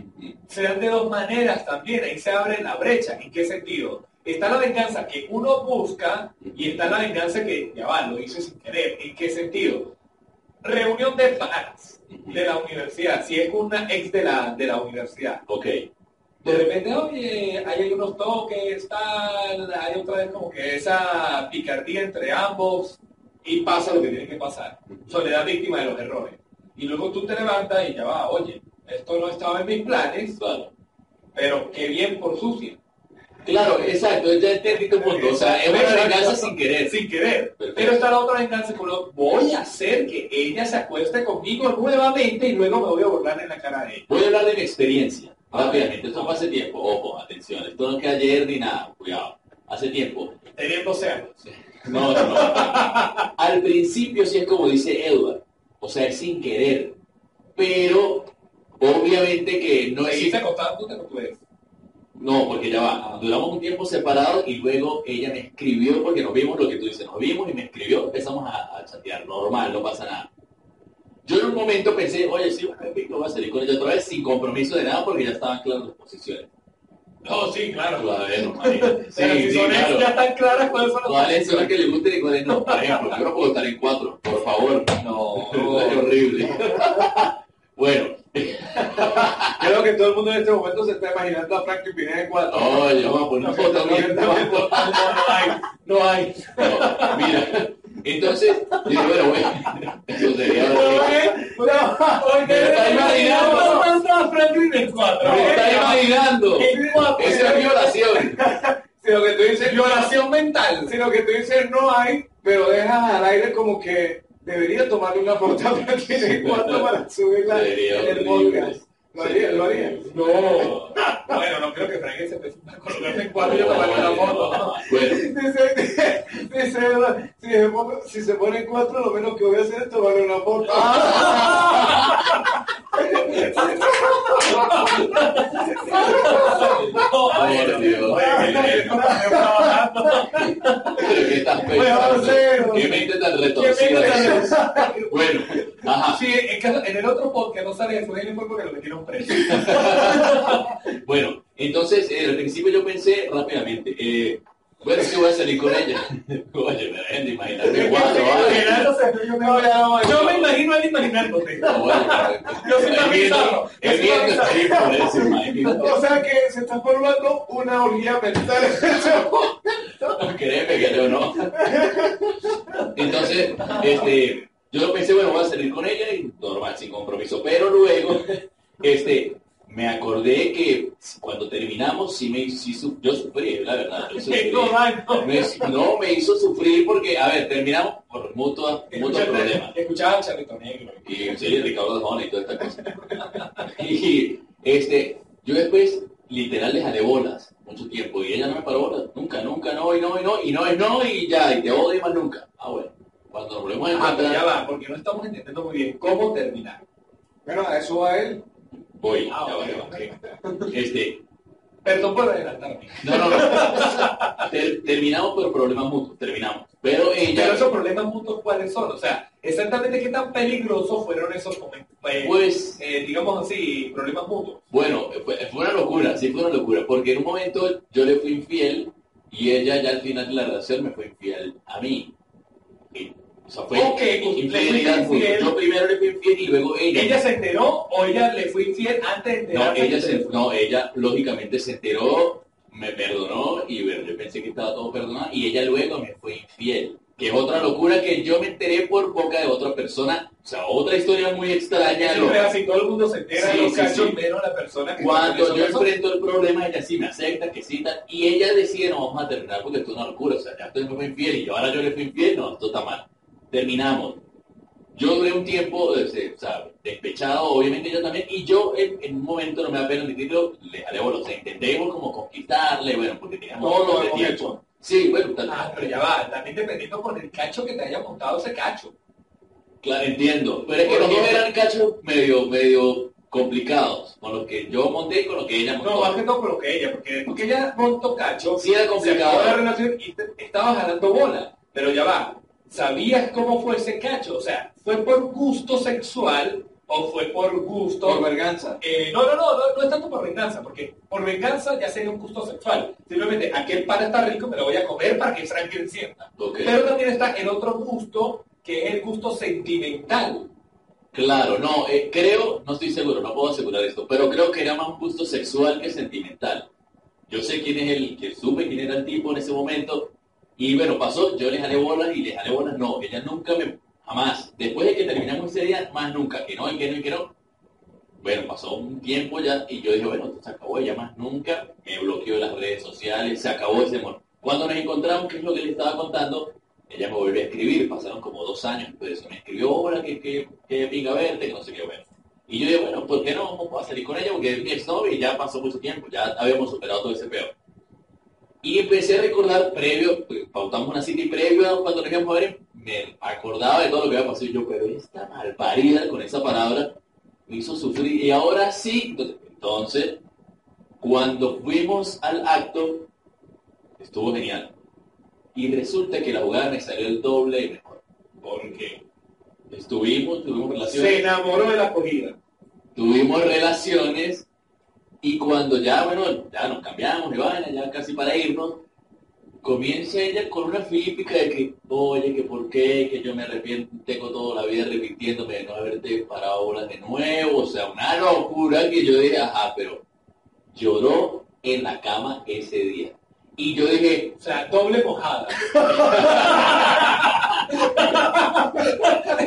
A: se dan de dos maneras también. Ahí se abre la brecha. ¿En qué sentido? Está la venganza que uno busca y está la venganza que, ya va, lo hizo sin querer. ¿En qué sentido? Reunión de panas de la universidad. Si es una ex de la, de la universidad.
B: Ok.
A: De repente, oye, ahí hay unos toques, tal, hay otra vez como que esa picardía entre ambos y pasa lo que tiene que pasar. Soledad víctima de los errores. Y luego tú te levantas y ya va, oye, esto no estaba en mis planes,
B: Claro.
A: pero qué bien por sucia.
B: Claro, exacto, ya entendí tu punto. O sea, es una venganza sin querer.
A: Sin querer.
B: Perfecto.
A: Pero está la otra venganza con lo voy a hacer que ella se acueste conmigo nuevamente y luego me voy a burlar en la cara de ella.
B: Voy a hablar de mi experiencia. Rápidamente, esto fue hace tiempo. Ojo, atención, esto no es que ayer ni nada. Cuidado. Hace tiempo.
A: Teniendo años.
B: No, no, no. Al principio sí es como dice Edward. O sea, es sin querer. Pero, obviamente que no
A: Te
B: es...
A: hice acostar puta con tu ex.
B: No, porque ya va. Duramos un tiempo separados y luego ella me escribió, porque nos vimos lo que tú dices, nos vimos y me escribió, empezamos a, a chatear, normal, no pasa nada. Yo en un momento pensé, oye, sí, bueno, en fin, no voy a salir con ella otra vez sin compromiso de nada porque ya estaban claras las posiciones.
A: No, sí, claro.
B: Tú, a ver, no, marica.
A: [LAUGHS]
B: Sí,
A: Pero si
B: sí,
A: son ex,
B: claro.
A: ya están claras cuáles son las
B: ¿Cuáles son las que le gusten y cuáles no? Por ejemplo, yo no puedo estar en cuatro, por favor.
A: No,
B: [LAUGHS] Es horrible. bueno,
C: Creo que todo el mundo en este momento se está imaginando a Frankie Pineda en cuatro.
B: oye, vamos a poner una foto bien, vamos a poner-
A: no hay, no hay.
B: No, mira, entonces, digo, bueno, bueno, eso sería horrible.
A: Porque
B: está imaginando.
A: a Franklin en cuatro.
B: Me está
A: [LAUGHS]
B: imaginando.
A: En cuatro.
B: Esa es violación.
C: Si lo que tú dices,
A: Violación mental.
C: si lo que tú dices no hay, pero dejas al aire como que debería tomarle una foto a Frankie en cuatro para subirla
B: Sería
C: en el
B: horrible.
C: podcast. Lo haría, lo haría.
A: No. Bueno, no creo que Franklin se presente a colocarse en cuatro y yo tomaré una foto.
B: Bueno,
C: Dice, dice, Eva, si se, pone, si se pone en cuatro, lo menos que voy a hacer es tomarle una foto.
B: por Dios. Pero que estás pensando.
C: grosero.
B: Qué mente tan retorcida. Bueno, ajá.
A: Sí, pues es que en el otro podcast no sale eso, él fue porque lo metieron preso.
B: Bueno, Entonces, eh, al principio yo pensé rápidamente, eh, bueno, sí voy a salir con ella. [LAUGHS] Oye, me dejen de imaginarme guarro, ¿vale?
A: Imaginándose, yo me voy a- Yo me imagino a él imaginándote.
B: No, bueno,
A: Yo soy más bizarro, yo
B: El
A: soy más
B: miedo está ahí por eso, imagínate.
C: O sea que se está formando una orgía mental.
B: Créeme que yo no. Entonces, este, yo lo pensé, bueno, voy a salir con ella y normal, sin compromiso. Pero luego, este, me acordé que cuando terminamos, sí me sí su- yo sufrí, la verdad. yo sufrí.
A: No, man, no.
B: Me- no, me hizo sufrir porque, a ver, terminamos por mutuos mutuos problemas.
A: Escuchaba Charlito Negro.
B: y sí, Ricardo Arjona y toda esta cosa. y este, yo después literal le jalé bolas mucho tiempo y ella no me paró bolas, nunca, nunca, no, y no, y no, y no es no, y ya, y te odio más nunca. Ah, bueno, cuando nos volvemos a
A: Ah, pero ya
B: encontrar,
A: va, porque no estamos entendiendo muy bien cómo terminar.
C: Bueno, a eso va él.
B: voy,
A: Ah,
B: ya va,
A: ok,
B: ya va.
A: ok.
B: Este,
A: Perdón por adelantarme.
B: no, no,
A: [LAUGHS]
B: no. Ter- terminamos por problemas mutuos, terminamos. Pero ella...
A: Pero esos problemas mutuos, ¿cuáles son? O sea, exactamente qué tan peligrosos fueron esos comen- eh,
B: Pues-
A: eh, digamos así, problemas mutuos.
B: Bueno, fue, fue una locura, sí fue una locura, porque en un momento yo le fui infiel y ella ya al final de la relación me fue infiel a mí. Y, o sea, fue
A: Ok, pues, le
B: infidelidad
A: fuiste
B: mutua.
A: infiel.
B: Yo primero le fui infiel y luego ella.
A: ¿Ella se enteró o ella le fue infiel antes de
B: no,
A: enterarse
B: ella
A: que
B: se,
A: fue?
B: no, ella lógicamente se enteró, me perdonó y bueno, yo pensé que estaba todo perdonado y ella luego me fue infiel. Que es otra locura que yo me enteré por boca de otra persona. O sea, otra historia muy extraña.
A: Siempre
B: loca.
A: así todo el mundo se entera
B: Sí,
A: los
B: sí, sí.
A: cachos menos la persona que
B: Cuando
A: está
B: yo
A: en esa
B: enfrento el problema, ella sí me acepta, que sí, tal, y ella decide, no, vamos a terminar porque esto es una locura, o sea, ya estoy muy infiel y yo ahora yo le fui infiel, no, esto está mal. Terminamos. Yo duré un tiempo, este, o sea, despechado, obviamente yo también, y yo en, en un momento, no me da pena admitirlo, le jalé bolos, o sea, intentemos como conquistarle, bueno, porque teníamos
C: Todo lo
B: poco de
C: hemos hecho.
B: Sí, bueno, tal,
A: Ah, pero ya va, también dependiendo con el cacho que te haya montado ese cacho.
B: Claro, entiendo. Pero es que los dos eran cachos medio, medio complicados, con los que yo monté y con los que ella montó.
A: No, más que todo por lo que ella, porque después que ella montó cacho,
B: Sí, era complicado.
A: se acabó la relación y te- estabas jalando bola. Pero ya va, ¿sabías cómo fue ese cacho? O sea, ¿fue por gusto sexual o fue por gusto?
C: Por verganza.
A: Eh, no, no, no, no, no es tanto por venganza, porque por venganza ya sería un gusto sexual. Simplemente, aquel pan está rico, me lo voy a comer para que Franklin sienta.
B: Ok.
A: Pero también está el otro gusto, que es el gusto sentimental.
B: Claro, no, eh, creo, no estoy seguro, no puedo asegurar esto, pero creo que era más un gusto sexual que sentimental. Yo sé quién es el, que supe quién era el tipo en ese momento, y bueno, pasó, yo le jalé bolas y le jalé bolas, no, ella nunca me, jamás, después de que terminamos ese día, más nunca, que no, y que no, y que no. Bueno, pasó un tiempo ya, y yo dije, bueno, esto se acabó, ella más nunca, me bloqueó en las redes sociales, se acabó ese amor. Cuando nos encontramos, que es lo que le estaba contando, ella me volvió a escribir, pasaron como dos años, pues me escribió, hola, que, que, que venga a verte, que no sé qué, bueno. Y yo dije, bueno, ¿por qué no vamos a salir con ella? Porque es mi exnovia y ya pasó mucho tiempo, ya habíamos superado todo ese peor. Y empecé a recordar previo, pues, pautamos una cita y previo a cuando nos íbamos a ver, me acordaba de todo lo que había pasado y yo, pero esta malparida con esa palabra me hizo sufrir y ahora sí. Entonces, cuando fuimos al acto, estuvo genial. Y resulta que la jugada me salió el doble de mejor. Porque estuvimos, tuvimos relaciones
A: Se enamoró de la comida.
B: tuvimos relaciones y cuando ya, bueno, ya nos cambiamos de vaina, ya casi para irnos, comienza ella con una fílica de que, oye, que por qué, que yo me arrepiento, tengo toda la vida arrepintiéndome de no haberte parado bolas de nuevo, o sea, una locura que yo dije, ajá, pero lloró en la cama ese día. Y yo dije,
A: O sea, doble mojada.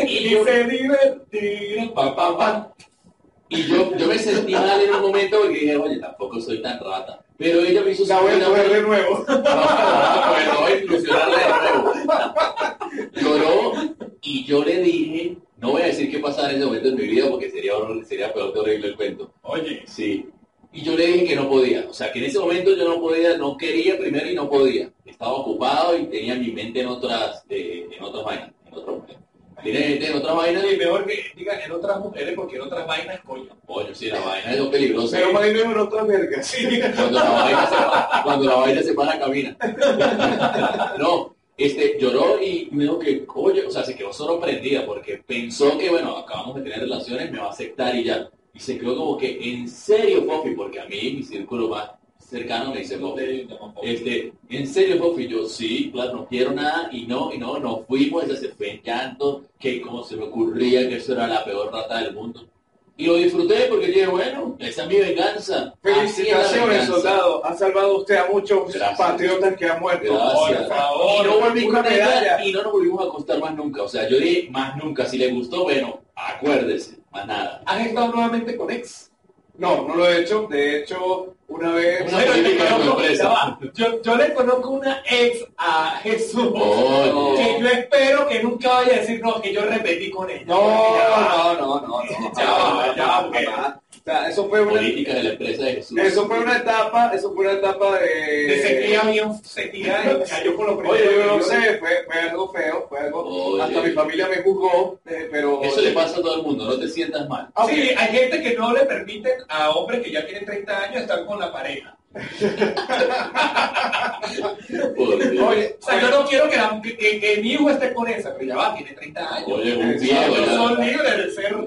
B: y
A: y
B: yo
A: se divertirá.
B: pa, pa, pa. Y yo, yo me sentí mal en un momento porque dije, oye, tampoco soy tan rata. Pero ella me hizo
C: La voy a
B: sufrir,
C: comer de
B: [LAUGHS]
C: nuevo.
B: bueno, voy a pues, inclusionarla de nuevo. Lloró y yo le dije, no voy a decir qué pasaba en ese momento en mi vida porque sería, horror- sería peor que horrible el cuento.
A: Oye,
B: Sí. Y yo le dije que no podía. O sea, que en ese momento yo no podía, no quería primero y no podía. Estaba ocupado y tenía mi mente en otras, eh, en otras vainas. En otras vainas. Tenía mi mente en otras vainas
A: oye,
B: y
A: mejor que digan en otras mujeres porque en otras vainas, coño.
B: Coño, sí, la vaina es lo peligroso.
C: Pero más bien en otras vergas.
B: cuando la vaina se para, cuando la vaina se para camina. No, este, lloró y me dijo que, coño, o sea, se quedó sorprendida porque pensó que, bueno, acabamos de tener relaciones, me va a aceptar y ya. Y se quedó como que, en serio, Poppy, porque a mí mi círculo más cercano me dice
A: No
B: Bob.
A: te digo tampoco.
B: Este, ¿en serio, Bob? Y yo, sí, claro, no quiero nada, y no, y no, no fuimos, ese se fue en llanto, que cómo se me ocurría que eso era la peor rata del mundo. Y lo disfruté porque dije, bueno, esa es mi venganza. Así es la
C: Felicitaciones,
B: venganza.
C: soldado. Ha salvado usted a muchos
B: Gracias.
C: patriotas que han muerto.
B: Gracias.
A: Por favor,
B: y no volví
C: una
B: con ella
C: medalla.
B: y no nos volvimos a acostar más nunca. O sea, yo dije, más nunca. Si le gustó, bueno, acuérdese, más nada.
A: ¿Has estado nuevamente con ex?
C: No, no lo he hecho. De hecho, una vez...
B: Una vez-
A: Bueno, yo,
B: política de
A: conozco-
B: empresa.
A: ya va. yo, yo le conozco una ex a Jesús
B: Oye.
A: que yo espero que nunca vaya a decir no, que yo repetí con ella.
C: No,
A: Porque ya va.
C: no, no, no. no.
A: Ya va, ya va, porque-
C: O sea, eso fue una...
B: Política de la empresa de Jesús.
C: Eso fue una etapa, eso fue una etapa de...
A: De sequía bien sequía y cayó con lo primero.
C: Oye, yo no
A: que
C: sé, fue, fue algo feo, fue algo...
B: Oye.
C: Hasta mi familia me juzgó, eh, pero...
B: Eso le pasa a todo el mundo, no te sientas mal.
C: Ah,
A: Sí,
C: ok.
A: hay gente que no le permiten a hombres que ya tienen 30 años estar con la pareja.
B: Por Dios.
C: Oye,
A: O sea, yo no quiero que, la- que- que- que mi hijo esté con esa, pero ya va, tiene 30 años.
B: Oye, un
C: Sí,
B: viejo.
A: Ellos
B: ya.
A: son libres de ser.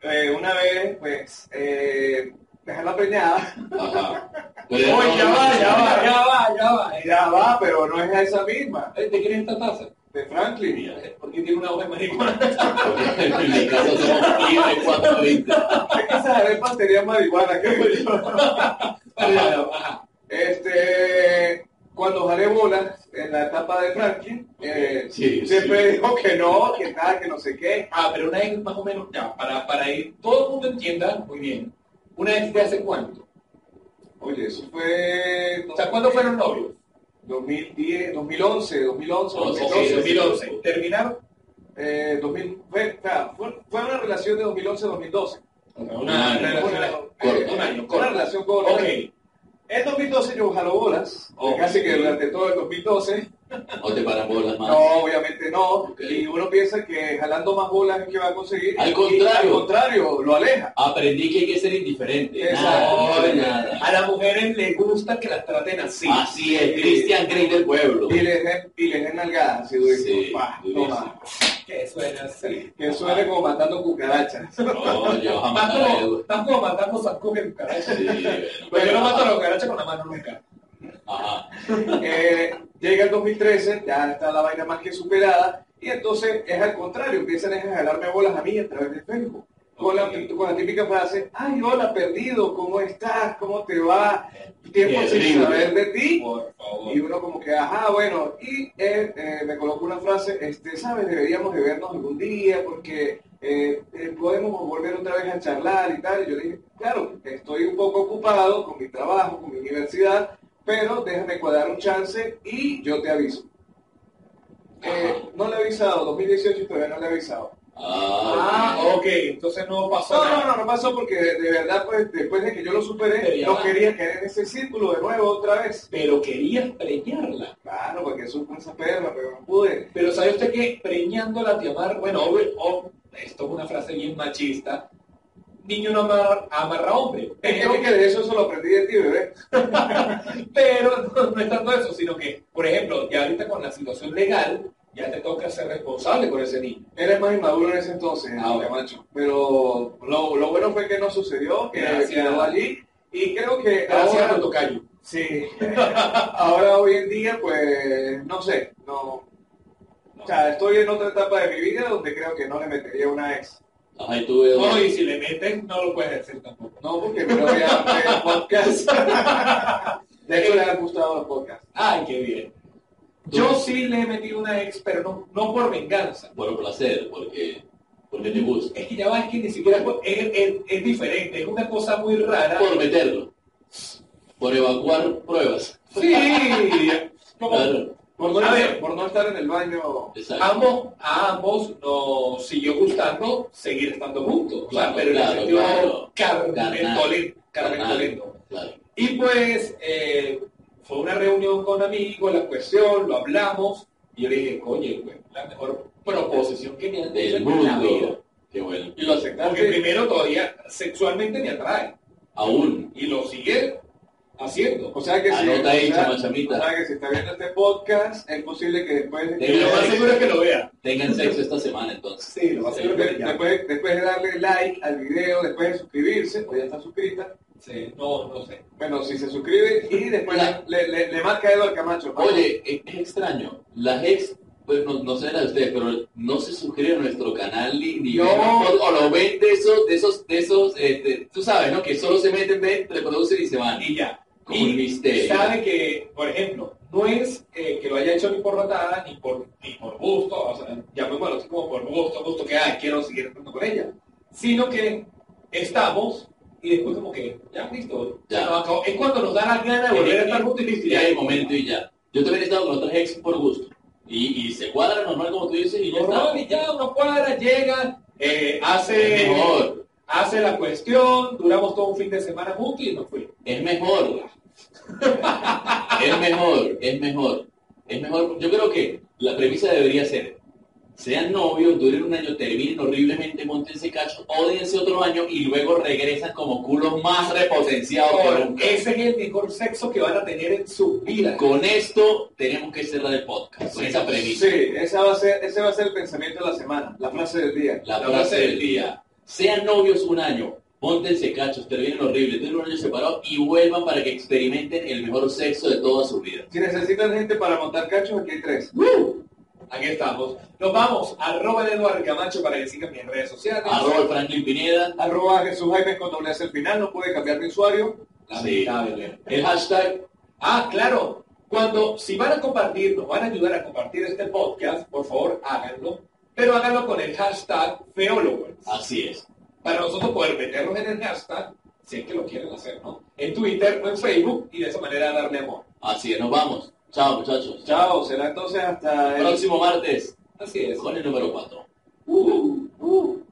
C: eh, una vez, pues, eh, dejé la preñada.
B: Ajá. Pero
A: Oye, ya
B: no,
A: va,
B: no,
A: ya
B: no.
A: va, ya va, ya va.
C: Ya va, pero no es esa misma,
A: Eh, ¿De quién es esta taza?
C: de Franklin.
A: Porque tiene una hoja de
C: [LAUGHS]
A: marihuana.
B: En mi casa somos libres, 420.
C: Es que esa arepa tenía marihuana, que fue yo.
A: Ajá, ajá.
C: Este, cuando jalé bolas en la etapa de Franklin, eh,
B: Sí,
C: siempre
B: sí.
C: dijo que no, que nada, que no sé qué.
A: Ah, pero una ex más o menos, ya, para, para ir, todo el mundo entienda muy bien. ¿Una ex de hace cuánto?
C: Oye, eso fue
A: O sea, ¿cuándo fueron novios?
C: 2010, 2011, 2011,
B: Once,
C: 2012.
B: sí,
A: 2011. ¿Terminaron?
C: Eh, 2000, fue, o sea, fue- fue una relación de 2011-2012.
A: Ah, Una
B: año.
A: relación.
B: Corta.
A: Un año,
C: eh, Una
A: corta.
C: relación corta.
A: Ok.
C: En 2012 yo jaló bolas,
A: Oh.
C: casi que durante todo el 2012.
B: No te paran bolas más.
C: No, obviamente no.
B: Ok.
C: Y uno piensa que jalando más bolas es que va a conseguir.
B: Al
C: Y
B: contrario.
C: al contrario, lo aleja.
B: Aprendí que hay que ser indiferente. Nada,
C: Exacto.
B: no
A: Oye,
B: nada.
A: A las mujeres les gusta que las traten así.
C: Ah.
B: Así es, Christian Grey del pueblo.
C: Y les den, y les den nalgadas, así durísimo.
B: Sí,
C: Pa,
B: durísimo.
C: toma.
A: Que suena así.
C: Que suene como matando cucarachas.
B: No, yo jamás
A: Estás
B: la
A: como,
B: veo.
A: [LAUGHS] estás como matando zancudo en cucaracha.
B: Sí,
A: Pero Pues yo no mato a
B: ajá.
A: los cucarachas con la mano nunca.
B: Ajá.
C: Eh, llega el 2013, ya está la vaina más que superada. Y entonces es al contrario, empiezan a jalarme bolas a mí a través de Facebook. Con la, con la típica frase, ay, hola, perdido, ¿cómo estás? ¿Cómo te va? Tiempo
B: Qué
C: sin
B: horrible.
C: saber de ti.
A: Por favor.
C: Y uno como que, ajá, bueno, y eh, eh, me colocó una frase, este, sabes, deberíamos de vernos algún día porque eh, eh, podemos volver otra vez a charlar y tal. Y yo le dije, claro, estoy un poco ocupado con mi trabajo, con mi universidad, pero déjame cuadrar un chance y yo te aviso. Eh, no le he avisado, 2018 todavía no le he avisado.
B: Ah,
A: Ah, ok. Entonces no pasó
C: No,
A: nada.
C: no, no, no pasó porque de, de verdad, pues después de que yo lo
A: Pero
C: superé,
A: ya
C: no
A: va.
C: quería caer en ese círculo de nuevo otra vez.
A: Pero querías preñarla.
C: Claro, porque eso fue esa perra, pero no pude.
A: Pero ¿sabe usted que preñándola a amar, bueno, hombre, oh, esto es una frase bien machista, niño no amarra, amarra hombre,
C: Creo
A: pero,
C: que de eso, eso lo aprendí de ti, bebé.
A: [LAUGHS] pero no, no es tanto eso, sino que, por ejemplo, ya ahorita con la situación legal, ya te toca ser responsable con ese niño.
C: Eres más inmaduro en ese entonces,
A: Ah, bueno.
C: macho. Pero lo, lo bueno fue que no sucedió, que
A: Gracias.
C: quedó allí. Y creo que
A: Gracias a
C: ahora,
A: tu tocayo.
C: sí, [LAUGHS] ahora hoy en día, pues, no sé, no... O sea, estoy en otra etapa de mi vida donde creo que no le metería una ex.
B: ajá, y tú Eduardo.
A: No, y si le metes, no lo puedes hacer tampoco.
C: No, porque me lo voy a hacer el podcast.
A: [LAUGHS]
C: De hecho, le han gustado los podcasts.
A: Ay, qué bien. Yo sí le he metido una ex, pero no, no por venganza.
B: por placer, porque, porque te gusta.
A: Es que ya va, es que ni siquiera es, es- es- es diferente, es una cosa muy rara.
B: Por meterlo. Por evacuar pruebas.
A: Sí, como,
B: Claro.
C: Por no,
A: A ver.
C: por no estar en el baño...
B: Exacto.
A: ambos, a ambos nos siguió gustando seguir estando juntos. O sea,
B: Claro,
A: pero en el
B: claro,
A: sentido
B: claro.
A: carmentolento,
B: Carnal,
A: carmentolento.
B: Claro.
A: Y pues eh, fue una reunión con amigos, la cuestión, lo hablamos, y yo le dije, coño, güey, la mejor proposición que me han
B: Del
A: hecho en la vida.
B: mundo. Qué bueno.
A: Y lo aceptaste. Porque primero todavía sexualmente me atrae.
B: Aún.
A: Y lo sigue haciendo.
C: O sea que si,
B: Anota ahí,
C: o sea,
B: chamachamita.
C: o sea que si está viendo este podcast, es posible que después,
B: Te
A: Y lo más
B: Sí.
A: seguro es que lo vea.
B: Tengan sexo esta semana entonces.
A: Sí, lo
C: después, después de darle like al video, después de suscribirse, o pues ya está suscrita,
A: Sí, no, no sé.
C: Bueno, si se suscribe y después
B: La-
C: le, le- le marca a Eduardo Camacho. ¿no?
B: Oye, eh, es es extraño. Las ex, pues no, no sé la de ustedes, pero no se suscriben a nuestro canal ni, ni
C: No.
B: ven las fotos, o lo ven de esos, de esos, de esos, este, tú sabes, ¿no? Que solo se meten, ven, reproducen y se van.
A: Y ya.
B: Como un misterio.
A: sabe que, por ejemplo, no es eh, que lo haya hecho ni por ratada, ni por, ni por gusto, o sea, llamémoslo así como por gusto, gusto que, ay, quiero seguir estando con ella, sino que estamos y después como que, ya, listo,
B: Ya.
A: se nos acabó. Es cuando nos da la gana de volver a estar juntos y listo,
B: Y
A: ya.
B: hay momento y ya. Yo también he estado con otras ex por gusto. Y, y se cuadra normal como tú dices y ya está.
A: Normal, y ya, uno cuadra, llega, eh, hace,
B: Es mejor.
A: hace la cuestión, duramos todo un fin de semana juntos y nos fuimos.
B: Es mejor. es mejor, es mejor. Es mejor. Yo creo que la premisa debería ser, sean novios, duren un año, terminen horriblemente, montense cacho, odiense otro año y luego regresan como culos más repotenciados que
A: Ahora,
B: nunca.
A: ese es el mejor sexo que van a tener en su vida.
B: Con esto tenemos que cerrar el podcast, con
A: Sí,
B: esa premisa.
C: Sí, esa va a ser, ese va a ser el pensamiento de la semana, la frase del día.
B: La frase del día. Sean novios un año, montense cachos, terminen horrible, duren un año separados y vuelvan para que experimenten el mejor sexo de toda su vida.
C: Si necesitan gente para montar cachos, aquí hay tres.
A: Aquí estamos. Nos vamos. Arroba el Eduardo Camacho para que sigan mis redes sociales.
B: Arroba el Franklin Pineda.
C: Arroba Jesús Jaime con doble S al final, no puede cambiar mi usuario.
A: Lamentable.
B: El hashtag
A: Ah, claro. Cuando, si van a compartir, nos van a ayudar a compartir este podcast, por favor, háganlo. Pero háganlo con el hashtag Feolowers.
B: Así es.
A: Para nosotros poder meterlos en el hashtag, si es que lo quieren hacer, ¿no? En Twitter o en Facebook y de esa manera darle amor.
B: Así es. Nos vamos. Chao, muchachos.
C: Chao, será entonces hasta el
B: Próximo martes
A: Así es.
B: con el número 4.
A: Uh, uh.